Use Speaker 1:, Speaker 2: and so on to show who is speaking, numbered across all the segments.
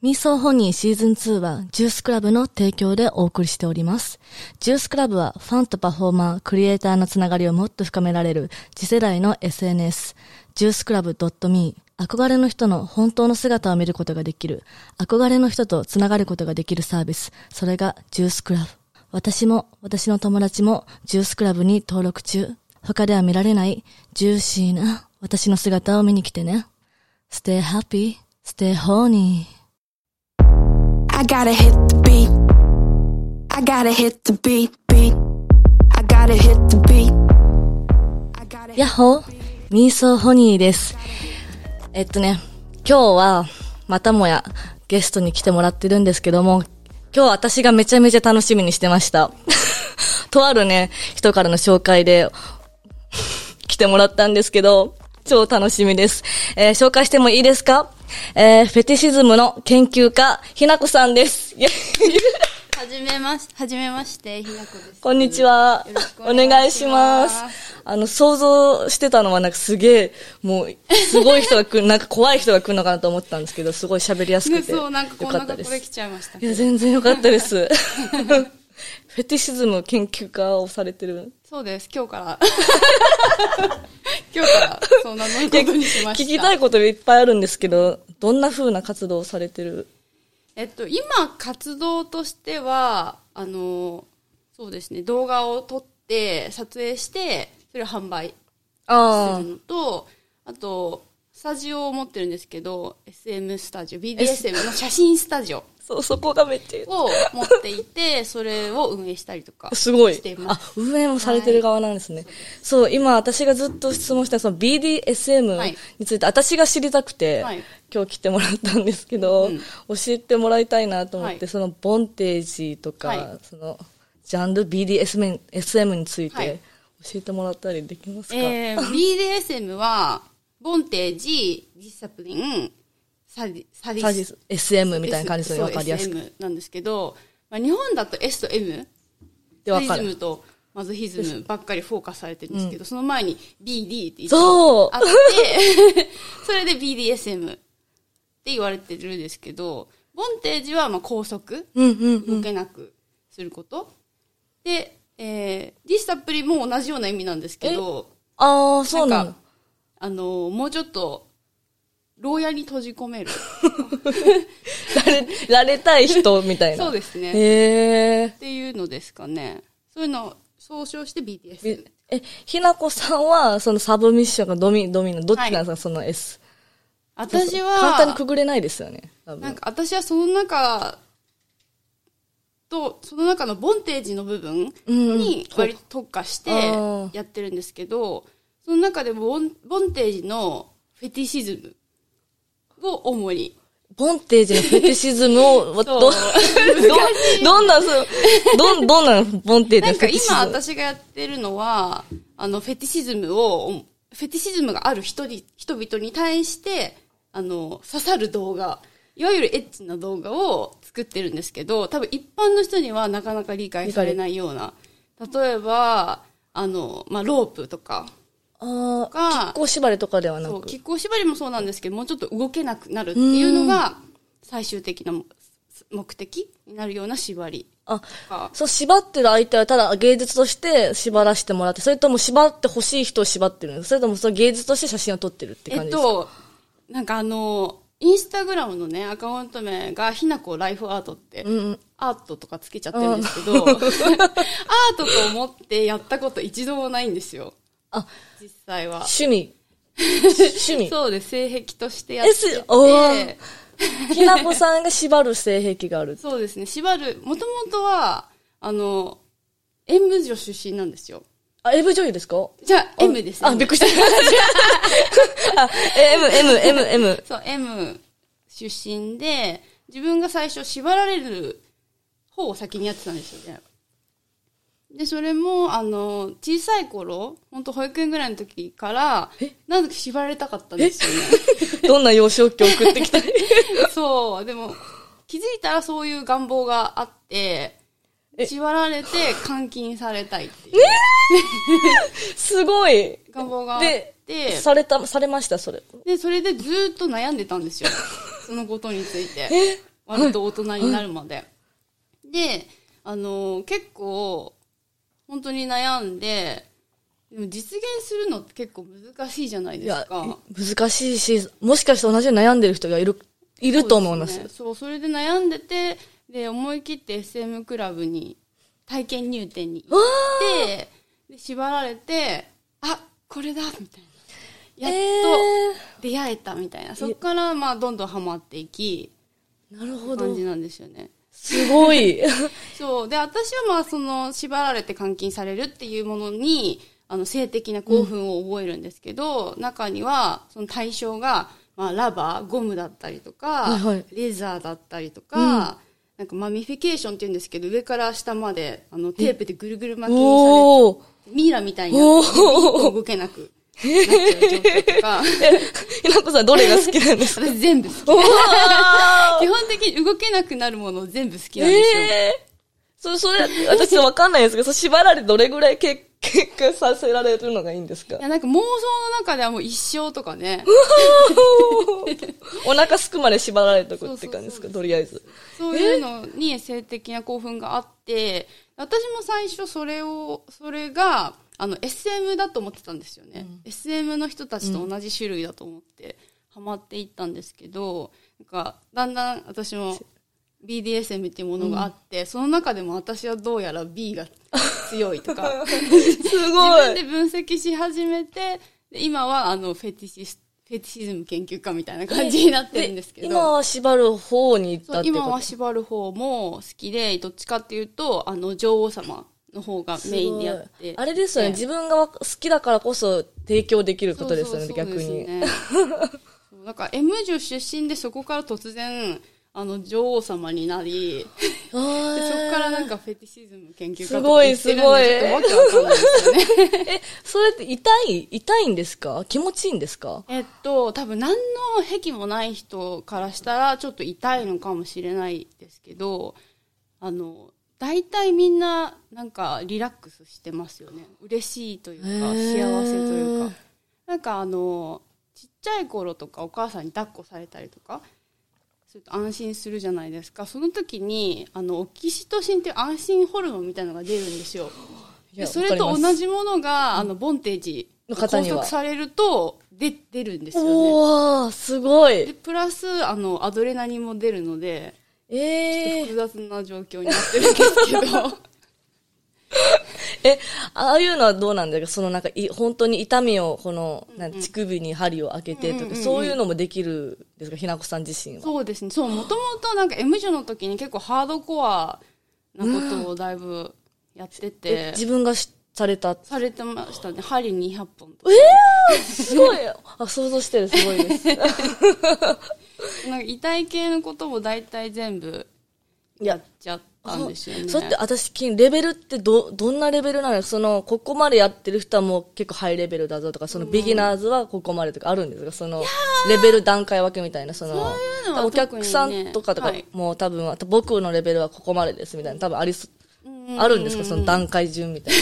Speaker 1: ミーソーホニーシーズン2はジュースクラブの提供でお送りしております。ジュースクラブはファンとパフォーマー、クリエイターのつながりをもっと深められる次世代の SNS、ジュースクラブ .me、憧れの人の本当の姿を見ることができる、憧れの人とつながることができるサービス、それがジュースクラブ。私も、私の友達もジュースクラブに登録中。他では見られないジューシーな私の姿を見に来てね。Stay happy, stay horny.
Speaker 2: I gotta hit the beat. I gotta hit the beat, beat. I gotta hit the beat. I gotta
Speaker 1: やっほーミーソーホニーです。えっとね、今日は、またもや、ゲストに来てもらってるんですけども、今日私がめちゃめちゃ楽しみにしてました。 とあるね、人からの紹介で、来てもらったんですけど、超楽しみです。えー紹介してもいいですかえーフェティシズムの研究家、ひなこさんです。イェイ
Speaker 3: はじめまし、はじめまして、ひなこです。
Speaker 1: こんにちは
Speaker 3: よろし。く
Speaker 1: お
Speaker 3: お
Speaker 1: 願
Speaker 3: 願
Speaker 1: い
Speaker 3: い
Speaker 1: し
Speaker 3: し
Speaker 1: ま
Speaker 3: ますす。
Speaker 1: あの、想像してたのはなんかすげえ、もう、すごい人が来る、なん か怖い人が来るのかなと思ったんですけど、すごい喋りやすくて。
Speaker 3: そう、なんかこん
Speaker 1: よ
Speaker 3: な
Speaker 1: った
Speaker 3: 格
Speaker 1: で
Speaker 3: 好
Speaker 1: す
Speaker 3: できちゃいました
Speaker 1: い。や、全然よかった です。フェティシズム研究家をされてる。
Speaker 3: そうです、今日から。 今日から、そう名乗ることにしました。
Speaker 1: 聞きたいこといっぱいあるんですけど、どんな風な活動をされてる
Speaker 3: えっと、今、活動としては、あの、そうですね、動画を撮って、撮影して、それを販売するのと、あと、スタジオを持ってるんですけど、SM スタジオ、BDSM の写真スタジオ
Speaker 1: そう、そこがめっちゃ。
Speaker 3: を持っていて、それを運営したりとか。
Speaker 1: すごい
Speaker 3: してい。ま
Speaker 1: あ
Speaker 3: す、
Speaker 1: 運営もされてる側なんですね。そう、今私がずっと質問したその BDSM について、私が知りたくて、
Speaker 3: はい
Speaker 1: 今日来てもらったんですけど、
Speaker 3: うん
Speaker 1: 教えてもらいたいなと思って、
Speaker 3: はい
Speaker 1: そのボンテージとか、
Speaker 3: はい
Speaker 1: そのジャンル BDSM SM につい
Speaker 3: は
Speaker 1: て
Speaker 3: い
Speaker 1: 教えてもらったりできますか、
Speaker 3: えー、BDSM は、ボンテージ、ディスサプリン、サディ、サディ
Speaker 1: サービス SM みたいな感じですよね、
Speaker 3: そう
Speaker 1: わかりやすく。
Speaker 3: SM なんですけど、まあ、日本だと S と M、
Speaker 1: で、わ
Speaker 3: リ
Speaker 1: か
Speaker 3: ズム
Speaker 1: る。
Speaker 3: とマズヒズムばっかりフォーカスされてるんですけど、その前に BD って一 応
Speaker 1: そう
Speaker 3: あって、それで BDSM って言われてるんですけど、ボンテージはまあ拘束、
Speaker 1: うんうん。
Speaker 3: 動けなくすること。で、えー、ディスサプリも同じような意味なんですけど、
Speaker 1: ああ、そうな
Speaker 3: な
Speaker 1: の
Speaker 3: んか。あのーもうちょっと、牢屋に閉じ込める。
Speaker 1: られ、られたい人みたいな。
Speaker 3: そうですね。っ
Speaker 1: へえ。
Speaker 3: ていうのですかね。そういうのを総称して BTS
Speaker 1: え。、えひなこさんは、そのサブミッションがドミ、ドミノ、どっちなんですか、その S。
Speaker 3: 私は、
Speaker 1: 簡単にくぐれないですよね。多
Speaker 3: なん
Speaker 1: 分。
Speaker 3: か私はその中と、その中のボンテージの部分に割と特化して
Speaker 1: うん
Speaker 3: やってるんですけど、その中でもボンボンテージのフェティシズムを主に。
Speaker 1: ボンテージのフェティシズムを、わど、 ど
Speaker 3: そう、
Speaker 1: どんな、そうどん、どんなボンテージ
Speaker 3: な
Speaker 1: のフ
Speaker 3: ん
Speaker 1: ェ
Speaker 3: か
Speaker 1: ティシズム
Speaker 3: 今私がやってるのは、あの、フェティシズムを、フェティシズムがある人に、人々に対して、あの、刺さる動画、いわゆるエッチな動画を作ってるんですけど、多分一般の人にはなかなか理解されないような。例えば、あの、まあ、ロープとか、
Speaker 1: ああ、
Speaker 3: が
Speaker 1: 結構縛りとかではな
Speaker 3: そう、
Speaker 1: く。
Speaker 3: 亀甲縛りもそうなんですけど、もうちょっと動けなくなるっていうのが、最終的なも目的になるような縛り
Speaker 1: あ、
Speaker 3: とか。
Speaker 1: そう、縛ってる相手はただ芸術として縛らせてもらって、それとも縛ってほしい人を縛ってるのそれともその芸術として写真を撮ってるって感
Speaker 3: え
Speaker 1: じです
Speaker 3: っ
Speaker 1: か、
Speaker 3: と、なんかあの、インスタグラムのね、アカウント名が、ひなこライフアートって、アートとかつけちゃってるんですけ ど、アートと思ってやったこと一度もないんですよ、
Speaker 1: あ、
Speaker 3: 実際は。
Speaker 1: 趣 味。趣味。
Speaker 3: そうです、性癖としてやって
Speaker 1: ですおー
Speaker 3: て、
Speaker 1: ひなこさんが縛る性癖がある。
Speaker 3: そうですね、縛る、もともとは、あの、演舞女出身なんですよ。
Speaker 1: あ、AV 女優ですか
Speaker 3: じゃあ、M です、
Speaker 1: あ、
Speaker 3: M
Speaker 1: びっくりした。あ、M、M、M、M。
Speaker 3: そう、M 出身で、自分が最初縛られる方を先にやってたんですよね。で、それも、あの、小さい頃、本当保育園ぐらいの時から、なんか縛られたかったんですよね。
Speaker 1: どんな幼少期を送ってきたい
Speaker 3: そう、でも、気づいたらそういう願望があって、縛られて監禁されたいっていう
Speaker 1: すごい。
Speaker 3: 願望があっ
Speaker 1: で
Speaker 3: て、、
Speaker 1: された、されました、それ。
Speaker 3: で、それでずーっと悩んでたんですよ。そのことについて。割と大人になるまで。で、あの、結構、本当に悩んで、でも実現するのって結構難しいじゃない
Speaker 1: い
Speaker 3: です
Speaker 1: や
Speaker 3: か。、
Speaker 1: 難しいし、もしかして同じように悩んでる人がいる、いると思います
Speaker 3: そう。ねそう、それで悩んでて、で、思い切って SM クラブに、体験入店に行って、で、縛られて、あ、これだみたいな。やっと、出会えたみたいな。そこから、まあ、どんどんハマっていき、
Speaker 1: えーなるほど
Speaker 3: 感。じなんですよね。
Speaker 1: すごい。
Speaker 3: そう。で、私はまあ、その、縛られて監禁されるっていうものに、あの、性的な興奮を覚えるんですけど、中には、その対象が、まあ、ラバー、ゴムだったりとか、
Speaker 1: はいはい
Speaker 3: レザーだったりとか、なんかマミフィケーションって言うんですけど、上から下まで、あの、テープでぐるぐる巻きにさ
Speaker 1: おお。
Speaker 3: れて、ミイラみたいにな
Speaker 1: お
Speaker 3: って
Speaker 1: お。
Speaker 3: 動けなくなっちゃう状態 とか、
Speaker 1: ひなこさん、どれが好きなん ですか
Speaker 3: 私全部好き。
Speaker 1: お
Speaker 3: 基本的に動けなくなるもの全部好き
Speaker 1: え
Speaker 3: なんですよ。
Speaker 1: えそ、それ、私わかんないんですけど、そ縛られてどれぐらいけ結果させられるのがいいんですか
Speaker 3: いや、なんか妄想の中ではもう一生とかね、
Speaker 1: お腹すくまで縛られとくって感じですかとりあえず。
Speaker 3: そういうのに性的な興奮があって、私も最初それを、それが、あの、SM だと思ってたんですよね。SM の人たちと同じ種類だと思って、ハマっていったんですけど、なんか、だんだん私も BDSM っていうものがあって、その中でも私はどうやら B が強いと か、
Speaker 1: す
Speaker 3: 自
Speaker 1: ご
Speaker 3: 分で
Speaker 1: い。
Speaker 3: 分析し始めて、で今はあの、フェティシス、フェティシズム研究家みたいな感じになってるんですけど。
Speaker 1: 今は縛る方に行っ
Speaker 3: そ
Speaker 1: た
Speaker 3: う
Speaker 1: っていう
Speaker 3: 今
Speaker 1: こ
Speaker 3: は
Speaker 1: と
Speaker 3: 縛る方も好きで、どっちかっていうと、あの、女王様の方がメインでやっ
Speaker 1: すごい
Speaker 3: て。
Speaker 1: あれですよね、自分が好きだからこそ提供できることですよね、
Speaker 3: そうそう
Speaker 1: 逆に。
Speaker 3: そうですね そうなんか、M 女出身でそこから突然、あの、女王様に なり、
Speaker 1: そこ
Speaker 3: でそこからなんかフェティシズム研究家
Speaker 1: すごい
Speaker 3: とか言ってるんでちょっとわけわかんないですよね。
Speaker 1: え、それって痛い痛いんですか気持ちいいんですか
Speaker 3: えっと、多分何の癖もない人からしたらちょっと痛いのかもしれないですけど、あの、大体みんななんかリラックスしてますよね。嬉しいというか、
Speaker 1: へ
Speaker 3: 幸せ
Speaker 1: ー
Speaker 3: というか。なんかあの、ちっちゃい頃とかお母さんに抱っこされたりとか、すると安心するじゃないですか。その時に、あの、オキシトシンっていう安心ホルモンみたいなのが出るんですよ。
Speaker 1: いや
Speaker 3: それと
Speaker 1: わかりま
Speaker 3: 同
Speaker 1: す
Speaker 3: じものが、あの、ボンテージ
Speaker 1: の
Speaker 3: 拘
Speaker 1: 方には
Speaker 3: 束されると、で、出るんですよね。
Speaker 1: おー、すご
Speaker 3: で、
Speaker 1: い。
Speaker 3: プラス、あの、アドレナリンも出るので、
Speaker 1: え
Speaker 3: 複
Speaker 1: ー、
Speaker 3: 雑な状況になってるんですけ ど、
Speaker 1: え、ああいうのはどうなんだかそのなんかい、本当に痛みを、この、なん乳首に針を開けてとか、
Speaker 3: うんうんうん
Speaker 1: そういうのもできるんですかひなこさん自身は。
Speaker 3: そうですね。そう、もともとなんか M 女の時に結構ハードコアなことをだいぶやって
Speaker 1: え
Speaker 3: て、
Speaker 1: 自分がしされた。
Speaker 3: されてましたね。針200本とか。
Speaker 1: す ごい。あ、想像してる、すごいです。
Speaker 3: なんか痛い系のことも大体全部やっちゃったんですよね。
Speaker 1: そうやって私、きレベルってど、どんなレベルなのその、ここまでやってる人はもう結構ハイレベルだぞとか、そのビギナーズはここまでとかあるんですかその、レベル段階分けみたいな、その、
Speaker 3: ういうのは
Speaker 1: お客さんとかとか、
Speaker 3: 特にね
Speaker 1: もう多分、あと僕のレベルはここまでですみたいな、多分ありそ、あるんですかその段階順み たい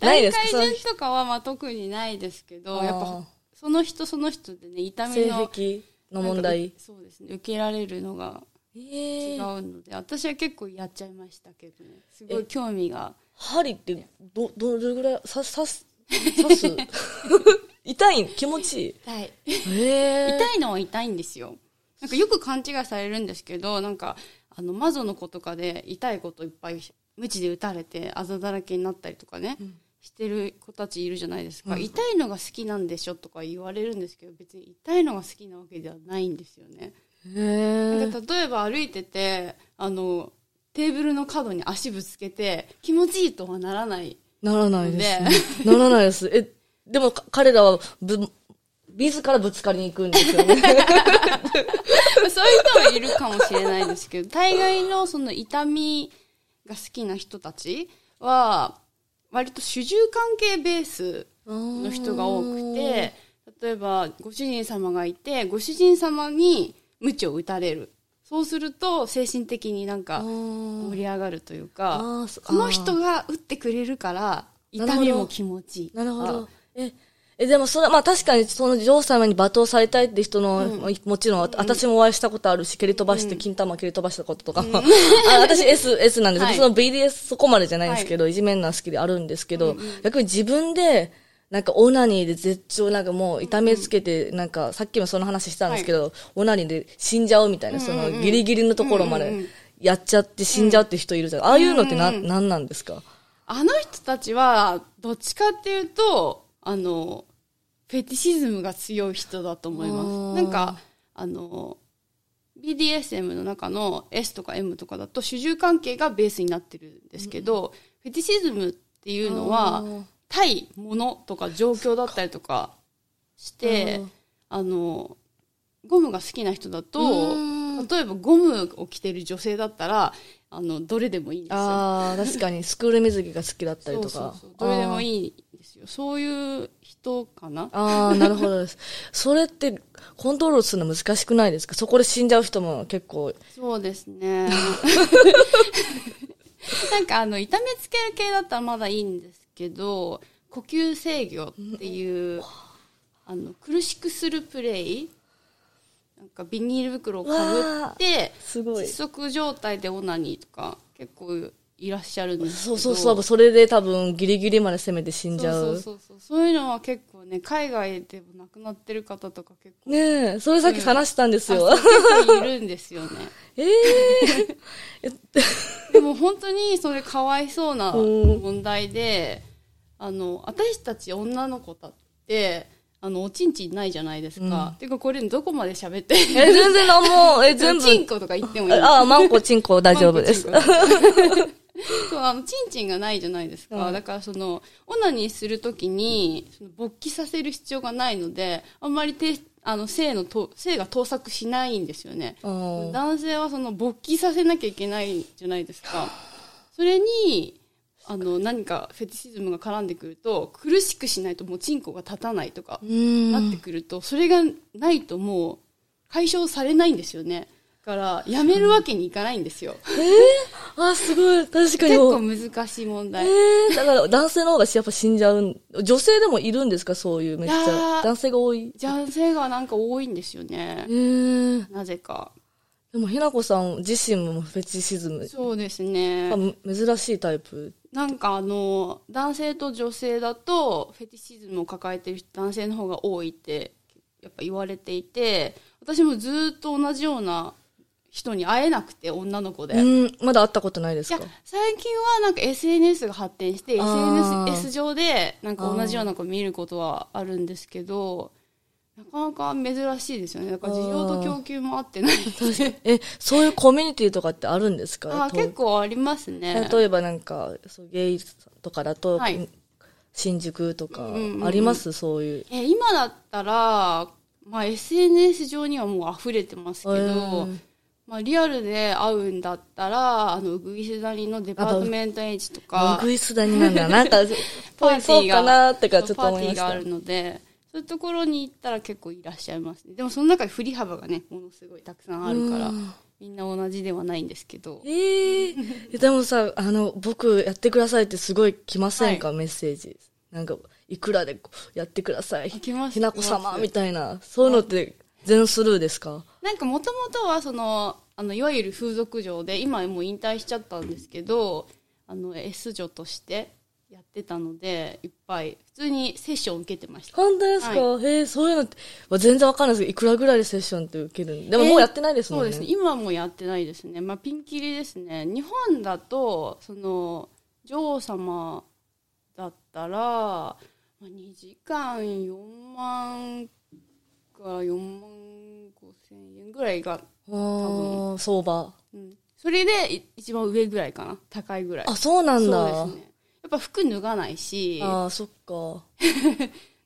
Speaker 1: な。ない
Speaker 3: 大
Speaker 1: ですか
Speaker 3: 会
Speaker 1: その
Speaker 3: 順とかはまあ特にないですけど、
Speaker 1: あー
Speaker 3: やっぱその人その人でね、痛み
Speaker 1: 性
Speaker 3: の
Speaker 1: 癖の問題。
Speaker 3: そうですね、受けられるのが
Speaker 1: え
Speaker 3: 違う
Speaker 1: ー、
Speaker 3: ので、私は結構やっちゃいましたけどね、すごい興味が。
Speaker 1: 針って、ど、どれぐらい、刺す、刺す、刺 す。痛い、気持ちいい。
Speaker 3: 痛い。
Speaker 1: えー、
Speaker 3: 痛いのは痛いんですよ。なんかよく勘違いされるんですけど、なんか、あの、魔女の子とかで痛いこといっぱい、無知で打たれて、あざだらけになったりとかね、してる子たちいるじゃないですか。痛いのが好きなんでしょとか言われるんですけど、別に痛いのが好きなわけではないんですよね。
Speaker 1: へー
Speaker 3: なんか例えば歩いてて、あの、テーブルの角に足ぶつけて、気持ちいいとはならない。
Speaker 1: ならないです、 ね。ならないです。え、でもか彼らはぶ、自らぶつかりに行くんですよね。
Speaker 3: そういう人はいるかもしれないですけど、 大概のその痛みが好きな人たちは、割と主従関係ベースの人が多くて、例えばご主人様がいて、ご主人様に鞭を打たれる。そうすると精神的になん
Speaker 1: あ
Speaker 3: か
Speaker 1: ー。
Speaker 3: 盛り上がるという
Speaker 1: あ
Speaker 3: か、
Speaker 1: ーそ
Speaker 3: この人が打ってくれるから
Speaker 1: なるほ
Speaker 3: 痛
Speaker 1: ど
Speaker 3: みも気持ちいいと
Speaker 1: なる
Speaker 3: か。
Speaker 1: ほど。え、え、でもそれは、まあ確かにそのジョー様に罵倒されたいって人の、もちろん、私もお会いしたことあるし、蹴り飛ばして、金玉蹴り飛ばしたこととか、 あ私 S、S なんですけど、
Speaker 3: は
Speaker 1: その BDS そこまでじゃないんですけど、い、じめんな好きであるんですけど、逆に自分で、なんかオナニーで絶頂なんかもう痛めつけて、なんかさっきもその話したんですけど、オナニーで死んじゃうみたいな、そのギリギリのところまでやっちゃって死んじゃうって人いるじゃん。ああいうのってな、ん、なんなんですか
Speaker 3: あの人たちは、どっちかっていうと、あの、フェティシズムが強い人だと思い
Speaker 1: あー
Speaker 3: ます。なんか、あの、BDSM の中の S とか M とかだと主従関係がベースになってるんですけど、フェティシズムっていうの
Speaker 1: あ
Speaker 3: は
Speaker 1: ー、
Speaker 3: 対物とか状況だったりとかして
Speaker 1: うん、
Speaker 3: あの、ゴムが好きな人だと
Speaker 1: う、ん
Speaker 3: 例えばゴムを着てる女性だったら、あの、どれでもいいんですよ。
Speaker 1: ああ、確かに、スクール水着が好きだったりとか。
Speaker 3: そうそうそうどれでもいいんですよそういう人かな
Speaker 1: あーあー、なるほど です。それって、コントロールするの難しくないですかそこで死んじゃう人も結構。
Speaker 3: そうですね なんかあの痛めつける系だったらまだいいんですけど呼吸制御っていうあの苦しくするプレイなんかビニール袋をかぶって
Speaker 1: すご
Speaker 3: 窒息状態でオナニーとか結構いらっしゃるんですけ
Speaker 1: そ
Speaker 3: ど
Speaker 1: うそうそう。それで多分、ギリギリまで攻めて死んじゃ。
Speaker 3: そううそうそうそういうのは結構ね海外でも亡くなってる方とか結構
Speaker 1: ねえ、それさっき話したんですよ。
Speaker 3: あそう結構いるんですよね。
Speaker 1: ええ
Speaker 3: でも本当にそれかわいそうな
Speaker 1: うん
Speaker 3: 問題で、あの、私たち女の子だって、あの、おちんちんないじゃないですか。てかこれどこまで喋っていい
Speaker 1: え、全然なんも、え、全
Speaker 3: おちん
Speaker 1: 部。
Speaker 3: ことか言ってもいい
Speaker 1: ああ、マンコ、チンコ大丈夫です。
Speaker 3: マンコチンコそう、あの、ちんちんがないじゃないですか。
Speaker 1: うん
Speaker 3: だからその、オナニーするときに、その勃起させる必要がないので、あんまりて、あの、性のと、性が盗作しないんですよね。
Speaker 1: うん
Speaker 3: 男性はその勃起させなきゃいけないじゃないですか。それに、あの、何かフェティシズムが絡んでくると、苦しくしないともうチンコが立たないとか
Speaker 1: う、ん。
Speaker 3: なってくると、それがないともう解消されないんですよね。だから、やめるわけにいかないんです よ。
Speaker 1: あ、すごい。確かに。
Speaker 3: 結構難しい問題。
Speaker 1: えー、だから男性の方がやっぱ死んじゃうん。女性でもいるんですかそういうめっち
Speaker 3: いや
Speaker 1: ゃ。
Speaker 3: ー
Speaker 1: 男性が多い。
Speaker 3: 男性がなんか多いんですよね
Speaker 1: え。ー、
Speaker 3: なぜか。
Speaker 1: でもひなこさん自身もフェチシズム。
Speaker 3: そうですね。
Speaker 1: 珍しいタイプ。
Speaker 3: なんかあの男性と女性だとフェティシズムを抱えてる人男性の方が多いってやっぱ言われていて私もずっと同じような人に会えなくて女の子で。い
Speaker 1: うん、まだ会ったことないです
Speaker 3: や
Speaker 1: か
Speaker 3: 最近はなんか SNS が発展して
Speaker 1: あー
Speaker 3: SNS 上でなんか同じような子見ることはあるんですけどなかなか珍しいですよねだから需要と供給も合ってない
Speaker 1: え、そういうコミュニティとかってあるんですか
Speaker 3: あー結構ありますね
Speaker 1: 例えばなんか、そうゲイとかだと、
Speaker 3: はい
Speaker 1: 新宿とか
Speaker 3: うんうんう、ん
Speaker 1: あります、そういう。
Speaker 3: え今だったら、まあ、SNS 上にはもう溢れてますけど、
Speaker 1: うん
Speaker 3: まあ、リアルで会うんだったらあのうぐいす谷のデパートメントエイジと
Speaker 1: う
Speaker 3: か
Speaker 1: ぐいすだになんだ。なんか、
Speaker 3: パーテ
Speaker 1: そ
Speaker 3: ィ
Speaker 1: う
Speaker 3: ー
Speaker 1: か
Speaker 3: が
Speaker 1: なってか、
Speaker 3: そう
Speaker 1: ちょっと思い
Speaker 3: パーテ
Speaker 1: ま
Speaker 3: ィー
Speaker 1: し
Speaker 3: があ
Speaker 1: た。
Speaker 3: るのでそういうところに行ったら結構いらっしゃいますねでもその中で振り幅がねものすごいたくさんあるからみんな同じではないんですけど
Speaker 1: ええでもさ、あの、僕やってくださいってすごい来ませんか、メッセージ。なんか、いくらでこうやってください。
Speaker 3: 来ます
Speaker 1: ひなこ
Speaker 3: 来ま
Speaker 1: 様
Speaker 3: す
Speaker 1: みたいな。そういうのって全スルーですか
Speaker 3: なんかもともとはその、あの、いわゆる風俗嬢で、今はもう引退しちゃったんですけど、あの、S 女としてやってたので、いっぱい、普通にセッション受けてました。
Speaker 1: 本当ですか、
Speaker 3: は
Speaker 1: えーそういうのって、まあ全然わかんないですけど、いくらぐらいでセッションって受けるんでももうやってないですもんね。
Speaker 3: えーそうですね。今はもうやってないですね。まあ、ピンキリですね。日本だと、その、女王様だったら、まあ、2時間4万から4万5千円ぐらいが、
Speaker 1: ああ、相場。
Speaker 3: うん。それでい一番上ぐらいかな。高いぐらい。
Speaker 1: あ、そうなんだ。
Speaker 3: そうですね。やっぱ服脱がないし、
Speaker 1: ああ、そっか。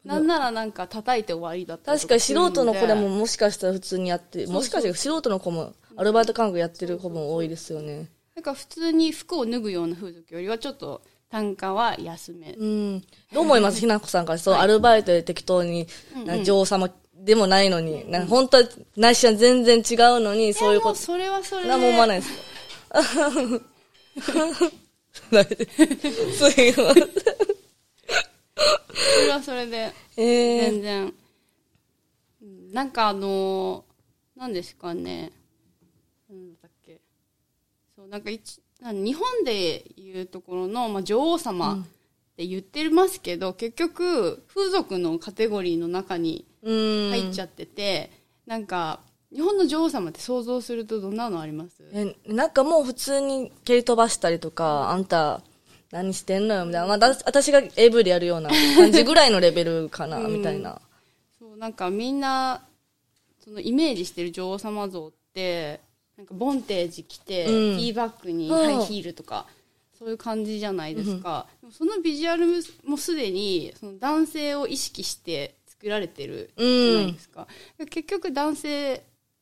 Speaker 3: なんならなんか叩いて終わりだったりと
Speaker 1: 確かに
Speaker 3: す
Speaker 1: 素
Speaker 3: る
Speaker 1: 人の子でも
Speaker 3: で
Speaker 1: もしかしたら普通にやって、もしかしたら素人の子も、アルバイト看護やってる子も多いですよね。
Speaker 3: なんか普通に服を脱ぐような風俗よりはちょっと単価は安め。
Speaker 1: うん。どう思い ますひなこさんから、そう、アルバイトで適当に、なんか女王様でもないのに、なんか本当は、内心は全然違うのに、そういう
Speaker 3: も
Speaker 1: こ
Speaker 3: うそれはそ
Speaker 1: と、
Speaker 3: れで。
Speaker 1: 何も思わない ですかすいません。
Speaker 3: それはそれで、
Speaker 1: え
Speaker 3: 全然。うんなんかあのー、なんですかね。なんだっけ。そう、なんか一、なん日本でいうところの、まあ、女王様って言ってますけど、結局、風俗のカテゴリーの中に
Speaker 1: うん。
Speaker 3: 入っちゃってて、なんか、日本の女王様って想像するとどんなのあります
Speaker 1: え、なんかもう普通に蹴り飛ばしたりとか、あんた、何してんのよ、みたいな。まあ、だ私が AV でやるような感じぐらいのレベルかな、みたいな。
Speaker 3: そうなんかみんなそのイメージしてる女王様像ってなんかボンテージ着て、
Speaker 1: う
Speaker 3: テ
Speaker 1: ん
Speaker 3: ィーバッグに
Speaker 1: うん
Speaker 3: ハイヒールとか、そういう感じじゃないですか、でもそのビジュアルもすでにその男性を意識して作られてるじゃないですか、結局男性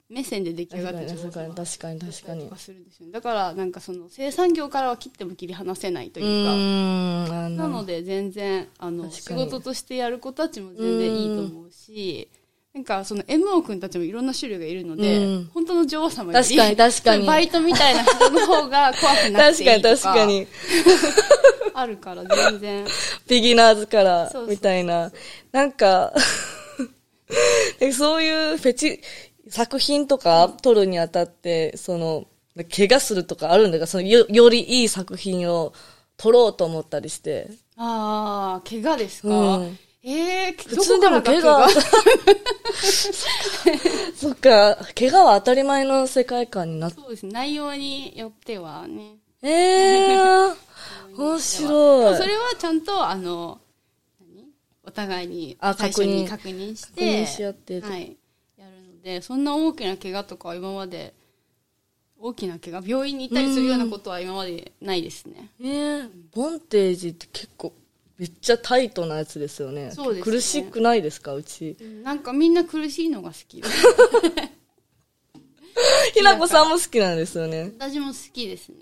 Speaker 3: 目線で出来上
Speaker 1: 確
Speaker 3: が
Speaker 1: か
Speaker 3: った
Speaker 1: に、確
Speaker 3: 女王
Speaker 1: かに、
Speaker 3: 様
Speaker 1: 確かに、確かに
Speaker 3: と。かするんですよねだからなんかその生産業からは切っても切り離せないと
Speaker 1: う
Speaker 3: いうか、
Speaker 1: ん。あ
Speaker 3: なの
Speaker 1: の
Speaker 3: で全然あの
Speaker 1: 確か
Speaker 3: 仕
Speaker 1: に
Speaker 3: 事としてやる子たちも全然いいと思うし、なんかその MO 君たちもいろんな種類がいるので、
Speaker 1: うん
Speaker 3: 本当の女王様より
Speaker 1: 確かに確かに
Speaker 3: バイトみたいな人の方が怖くなく
Speaker 1: 確
Speaker 3: て
Speaker 1: か
Speaker 3: いい
Speaker 1: に、
Speaker 3: と
Speaker 1: 確
Speaker 3: か
Speaker 1: かに。
Speaker 3: あるから全然
Speaker 1: ビギナーズから
Speaker 3: そうそう、そう
Speaker 1: みたいな。なんか、 でそういうフェチ、作品とか撮るにあたって、その、怪我するとかあるんだが、そのよ、よりいい作品を撮ろうと思ったりして。
Speaker 3: ああ怪我ですか、
Speaker 1: うん
Speaker 3: えー、
Speaker 1: 普通でも
Speaker 3: どこ
Speaker 1: 怪
Speaker 3: からが
Speaker 1: 我。 そっか、怪我は当たり前の世界観になっ
Speaker 3: そうですね内容によってはね
Speaker 1: ええ ー、面
Speaker 3: で
Speaker 1: 白
Speaker 3: もそ
Speaker 1: い。
Speaker 3: れはちゃんとあの何お互いに
Speaker 1: あ
Speaker 3: 最初に
Speaker 1: 確
Speaker 3: 確認して
Speaker 1: 確認し合って
Speaker 3: はい、やるのでそんな大きな怪我とかは今まで大きな怪我病院に行ったりするようなことは今までないですね、
Speaker 1: えー、ボンテージって結構、めっちゃタイトなやつですよね。
Speaker 3: そうですね
Speaker 1: 苦しくないですか、うち。
Speaker 3: なんかみんな苦しいのが好き
Speaker 1: ひなこさんも好きなんですよね。
Speaker 3: 私も好きですね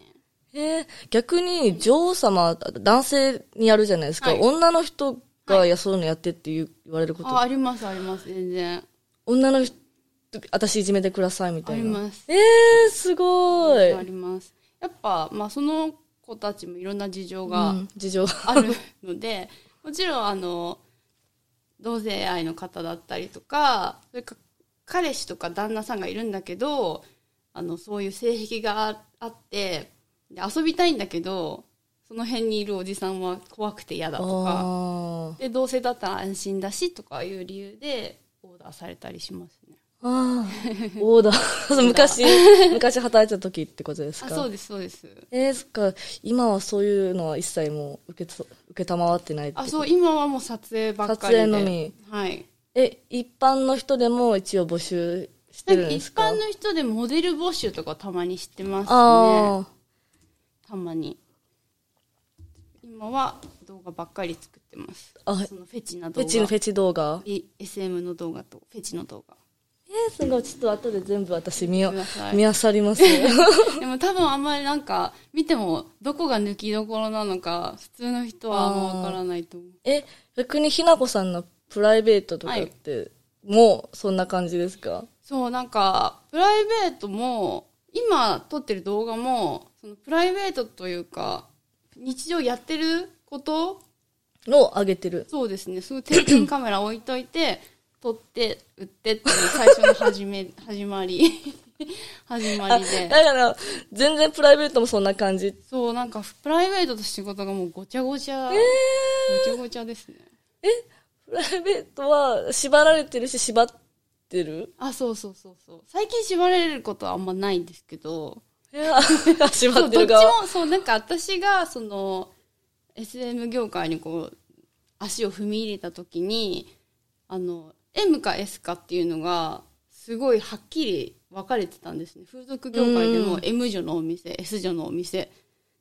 Speaker 1: えー、逆に女王様、男性にやるじゃないですか。
Speaker 3: はい
Speaker 1: 女の人が、いや、そういうのやってって言う言われること
Speaker 3: あありますあります全然
Speaker 1: 女の人、私いじめてくださいみたいな。
Speaker 3: あります
Speaker 1: えー、すごい。
Speaker 3: ありますやっぱ、まあ、その子たちもいろんな事情が
Speaker 1: うん事情が。
Speaker 3: あるので、もちろんあの同性愛の方だったりとかそれか彼氏とか旦那さんがいるんだけどあのそういう性癖がああってで遊びたいんだけどその辺にいるおじさんは怖くて嫌だとか
Speaker 1: あ ー
Speaker 3: で同性だったら安心だしとかいう理由でオーダーされたりしますね。
Speaker 1: あー。オーダー。 昔、昔働いてた時ってことです
Speaker 3: あ
Speaker 1: か
Speaker 3: そうですそうです
Speaker 1: えー、そっか。今はそういうのは一切もう受けつ、受けたまわってないって
Speaker 3: あ
Speaker 1: こと
Speaker 3: そう今はもう撮影ばっかりで
Speaker 1: 撮影のみ
Speaker 3: はい
Speaker 1: え、一般の人でも一応募集してるんです
Speaker 3: 一
Speaker 1: か
Speaker 3: 般の人でモデル募集とかたまにしてますね
Speaker 1: ああ。
Speaker 3: たまに今は動画ばっかり作ってます
Speaker 1: あ
Speaker 3: そのフェチな
Speaker 1: フ
Speaker 3: 動
Speaker 1: ェ
Speaker 3: 画
Speaker 1: チのフェチ動画
Speaker 3: E- SM の動画とフェチの動画
Speaker 1: えー、すごい。ちょっと後で全部私見よ
Speaker 3: 見てくださ
Speaker 1: う。見漁り
Speaker 3: い
Speaker 1: ますね。
Speaker 3: でも多分あんまりなんか見てもどこが抜きどころなのか普通の人はあんまわからないと思う
Speaker 1: え、逆にひなこさんのプライベートとかって、もうそんな感じですか
Speaker 3: そうなんかプライベートも今撮ってる動画もそのプライベートというか日常やってること
Speaker 1: のを上げてる。
Speaker 3: そうですね。その定点カメラ置いといて、撮って、売ってっていう最初の始め、 始まり。始ま
Speaker 1: あ
Speaker 3: りで
Speaker 1: だ。から、全然プライベートもそんな感じ。
Speaker 3: そう、なんか、プライベートと仕事がもうごちゃごちゃ、ごちゃごちゃですね。
Speaker 1: プライベートは縛られてるし、縛ってる
Speaker 3: あ、そうそうそうそう。最近縛られることはあんまないんですけど、
Speaker 1: いや縛
Speaker 3: そ
Speaker 1: っ
Speaker 3: う、
Speaker 1: て
Speaker 3: どっ
Speaker 1: る
Speaker 3: ち
Speaker 1: 側。
Speaker 3: も、そう、なんか私が、その、SM 業界にこう、足を踏み入れた時に、あの、M か S かっていうのが、すごいはっきり分かれてたんですね。風俗業界で
Speaker 1: う
Speaker 3: も M 女のお店、S 女のお店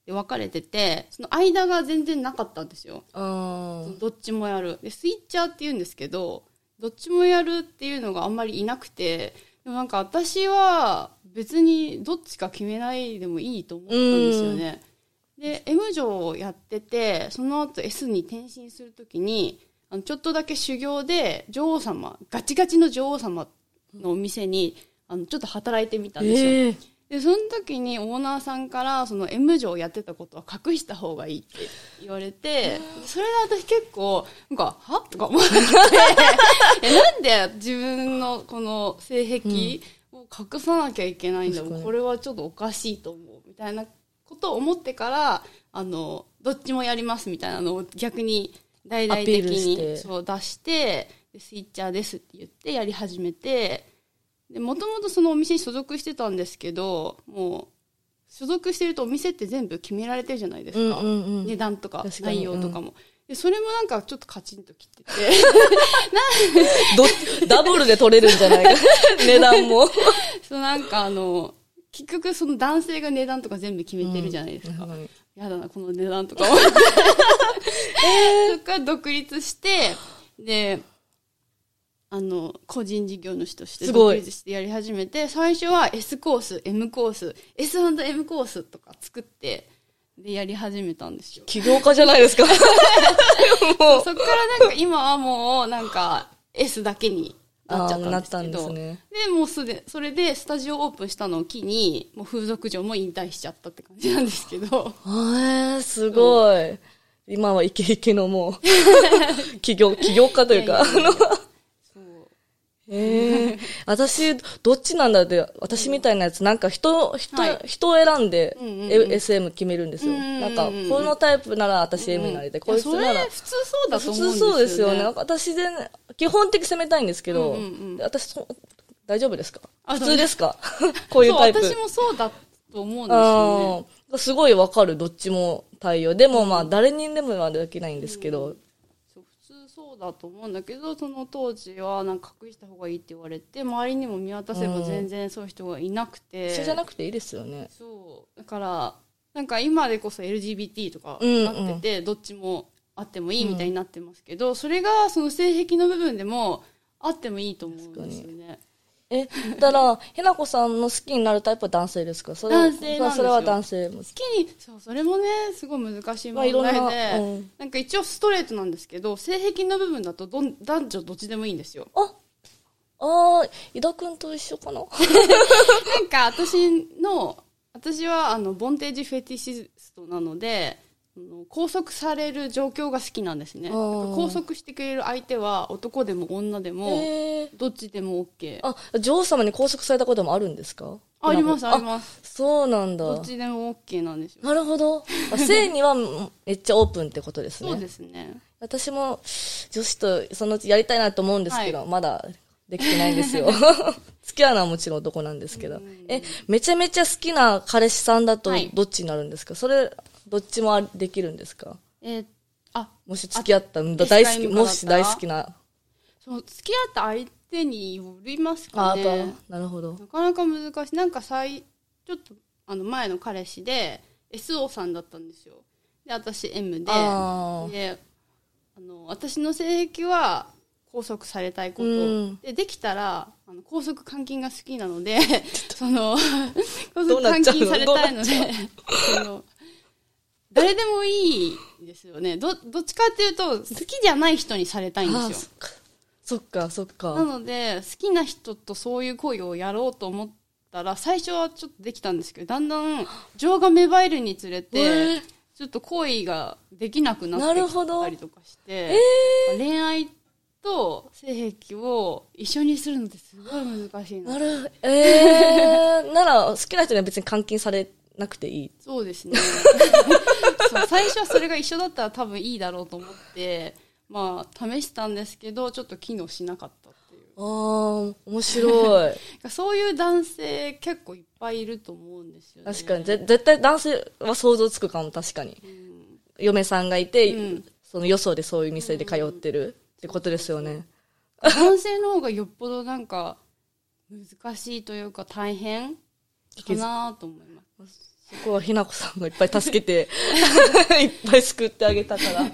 Speaker 3: で分かれてて、その間が全然なかったんですよ。
Speaker 1: あ
Speaker 3: どっちもやる。で、スイッチャーって言うんですけど、どっちもやるっていうのがあんまりいなくて、でもなんか私は別にどっちか決めないでもいいと思ったんですよね。で、M 女をやってて、その後 S に転身するときに、あの、ちょっとだけ修行で女王様、ガチガチの女王様のお店に、あの、ちょっと働いてみた
Speaker 1: ー
Speaker 3: んですよ。
Speaker 1: ええ
Speaker 3: ででその時にオーナーさんからその M 女をやってたことは隠した方がいいって言われてそれで私結構なんかはとか 思ってえなんで自分のこの性癖を隠さなきゃいけないんだろう、
Speaker 1: 確かに
Speaker 3: これはちょっとおかしいと思うみたいなことを思ってからあのどっちもやりますみたいなのを逆に大々的
Speaker 1: アピールし
Speaker 3: に
Speaker 1: て
Speaker 3: そう出してでスイッチャーですって言ってやり始めて。で、もともとそのお店に所属してたんですけど、もう、所属してるとお店って全部決められてるじゃないですか。
Speaker 1: うんうんうん
Speaker 3: 値段とか
Speaker 1: 確かに
Speaker 3: 内容とかも。で、それもなんかちょっとカチンときてて。
Speaker 1: ど ダブルで取れるんじゃ ないか。値段も。
Speaker 3: そうなんかあの、結局その男性が値段とか全部決めてるじゃないですか。
Speaker 1: うん
Speaker 3: やだな、この値段とか思って。そっから独立して、で、あの、個人事業主として
Speaker 1: すご
Speaker 3: 独
Speaker 1: い
Speaker 3: 立してやり始めて、最初は S コース、M コース、S&M コースとか作って、で、やり始めたんですよ。
Speaker 1: 起業家じゃないですか。もう
Speaker 3: そっからなんか今はもう、なんか S だけになっちゃ
Speaker 1: あーな
Speaker 3: っ
Speaker 1: ったた
Speaker 3: ん
Speaker 1: ん
Speaker 3: で
Speaker 1: ですす
Speaker 3: けど、
Speaker 1: ね。
Speaker 3: で、もうすで、それでスタジオオープンしたのを機に、もう風俗嬢も引退しちゃったって感じなんですけど。
Speaker 1: えー、すごい。今はイケイケのもう、 起業、起業家というか、あ
Speaker 3: いやいやいや
Speaker 1: の、
Speaker 3: そう
Speaker 1: ええ私、どっちなんだって、私みたいなやつ、なんか人、人、
Speaker 3: はい
Speaker 1: 人を選んで、
Speaker 3: うんうんうん
Speaker 1: A- SM 決めるんですよ。
Speaker 3: うんうんうん
Speaker 1: なんか、このタイプなら私 M になりたい。こいつ
Speaker 3: それ
Speaker 1: なら。
Speaker 3: 普通そうだ
Speaker 1: 普
Speaker 3: と思う
Speaker 1: 通
Speaker 3: んですよ、ね。
Speaker 1: そうですよね。なんか私で、基本的攻めたいんですけど、
Speaker 3: うんうんうん
Speaker 1: で私そ、大丈夫ですか
Speaker 3: あ
Speaker 1: 普通ですか こういうタイプ。
Speaker 3: そう、私もそうだと思うんですよね。
Speaker 1: ああ、すごいわかる、どっちも対応。でもまあ、誰にでもはできないんですけど、
Speaker 3: そう普通そうだと思うんだけど、その当時はなんか隠した方がいいって言われて、周りにも見渡せば全然そういう人がいなくて。
Speaker 1: 一緒じゃなくていいですよね。
Speaker 3: そう。だから、なんか今でこそ LGBT とか
Speaker 1: うんうん
Speaker 3: なってて、どっちもあってもいいみたいになってますけど、それがその性癖の部分でもあってもいいと思うんですよね。
Speaker 1: え、だから、ひなこさんの好きになるタイプは男性ですかそれ
Speaker 3: 男性なんですよ
Speaker 1: それは男性も。
Speaker 3: 好きにそうそれもねすごい難しい
Speaker 1: まあいろ
Speaker 3: 問
Speaker 1: んな
Speaker 3: 題で、
Speaker 1: うん
Speaker 3: なんか一応ストレートなんですけど性癖の部分だとどん男女どっちでもいいんですよ
Speaker 1: あ、あー、井田くんと一緒かな
Speaker 3: なんか私の私はあのボンテージフェティシストなのであの拘束される状況が好きなんですね
Speaker 1: あー
Speaker 3: なんか拘束してくれる相手は男でも女でも、
Speaker 1: えー、
Speaker 3: どっちでも OK あ
Speaker 1: あ、女王様に拘束されたこともあるんですか
Speaker 3: ありますあり
Speaker 1: す。
Speaker 3: ます
Speaker 1: そうなんだ
Speaker 3: ど。っちでも OK なんですよ
Speaker 1: なるほ ど。あ性にはめっちゃオープンってことですね。
Speaker 3: そうですね
Speaker 1: 私も女子とそのうちやりたいなと思うんですけど、
Speaker 3: は
Speaker 1: まだできてないんです よ。付き合うのはもちろん男なんですけど。え、めちゃめちゃ好きな彼氏さんだと
Speaker 3: はい
Speaker 1: どっちになるんですか、それ、どっちもありできるんですか
Speaker 3: えーあ
Speaker 1: もし付き合ったんだ、
Speaker 3: あ
Speaker 1: 大好き、
Speaker 3: 実際の方だ
Speaker 1: もし大好きな。
Speaker 3: そう付き合った相手によります
Speaker 1: あ、
Speaker 3: か
Speaker 1: あとは
Speaker 3: ね、
Speaker 1: なるほど。
Speaker 3: なかなか難しい。なんか最、ちょっと、あの、前の彼氏で、SO さんだったんですよ。で、私 M で、
Speaker 1: あー
Speaker 3: で、あの、私の性癖は、拘束されたいこと、
Speaker 1: うん
Speaker 3: で、できたら、あの、拘束監禁が好きな ので、その、
Speaker 1: ど
Speaker 3: 拘
Speaker 1: うな
Speaker 3: 束
Speaker 1: っ
Speaker 3: 監
Speaker 1: ちゃうの
Speaker 3: 禁されたいので、その、誰でもいいんですよね。ど、どっちかっていうと、好きじゃない人にされたいん
Speaker 1: あー、
Speaker 3: です
Speaker 1: そ
Speaker 3: よ。
Speaker 1: っか。そっか、そっか。
Speaker 3: なので、好きな人とそういう行為をやろうと思ったら、最初はちょっとできたんですけど、だんだん情が芽生えるにつれ
Speaker 1: え
Speaker 3: て、ちょっと行為ができなくなっ
Speaker 1: な
Speaker 3: て
Speaker 1: る
Speaker 3: き
Speaker 1: ほど
Speaker 3: たりとかして、恋愛と性癖を一緒にするのってすごい難しい
Speaker 1: な
Speaker 3: な。
Speaker 1: る、え ー、なら好きな人には別に監禁されなくていい。
Speaker 3: そうですね。 そう最初はそれが一緒だったら多分いいだろうと思って、まあ、試したんですけど、ちょっと機能しなかったっていう。
Speaker 1: あー、面白 い。
Speaker 3: そういう男性結構いっぱいいると思うんですよね。
Speaker 1: 確かに、ぜ絶対男性は想像つくかも、確かに。嫁さんがいて、
Speaker 3: うん
Speaker 1: そのよそでそういう店で通ってるってことですよね。
Speaker 3: 男性の方がよっぽどなんか難しいというか大変かなと思います。
Speaker 1: そこはひなこさんがいっぱい助け て、いっぱい救ってあげたから。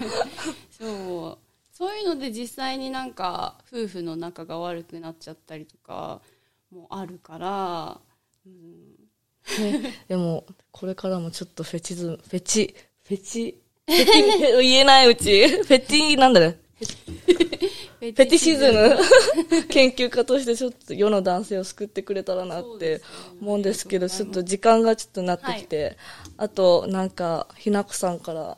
Speaker 3: そう。そういうので実際になんか夫婦の仲が悪くなっちゃったりとかもあるから、
Speaker 1: ねでも、これからもちょっとフェチズム、フェチ、フェチ、フェチ、言えないうち、フェチなんだね。
Speaker 3: フ
Speaker 1: フェティシズム研究家としてちょっと世の男性を救ってくれたらなって思うんですけど、ちょっと時間がちょっとなってきて、あとなんか、ひなこさんから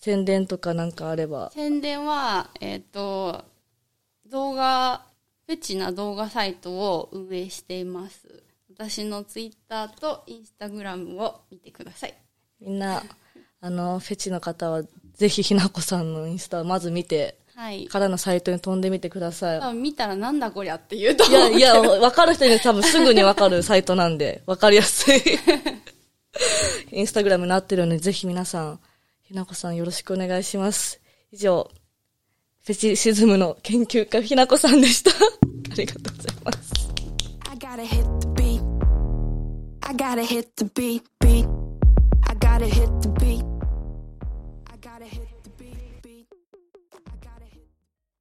Speaker 1: 宣伝とかなんかあれば、
Speaker 3: 宣伝は、えっ、と、動画、フェチな動画サイトを運営しています。私のツイッターとインスタグラムを見てください。
Speaker 1: みんな、あの、フェチの方はぜひひなこさんのインスタをまず見て、
Speaker 3: はい。
Speaker 1: からのサイトに飛んでみてください。
Speaker 3: 多分見たらなんだこりゃって言うと
Speaker 1: い
Speaker 3: 思
Speaker 1: や、
Speaker 3: う。
Speaker 1: いや、わかる人には多分すぐにわかるサイトなんで、わかりやす い。インスタグラムになってるので、ぜひ皆さん、ひなこさんよろしくお願いします。以上、フェチシズムの研究家、ひなこさんでした。ありがとうございます。
Speaker 2: I gotta hit the beat. I gotta hit the beat, beat. I gotta hit the beat.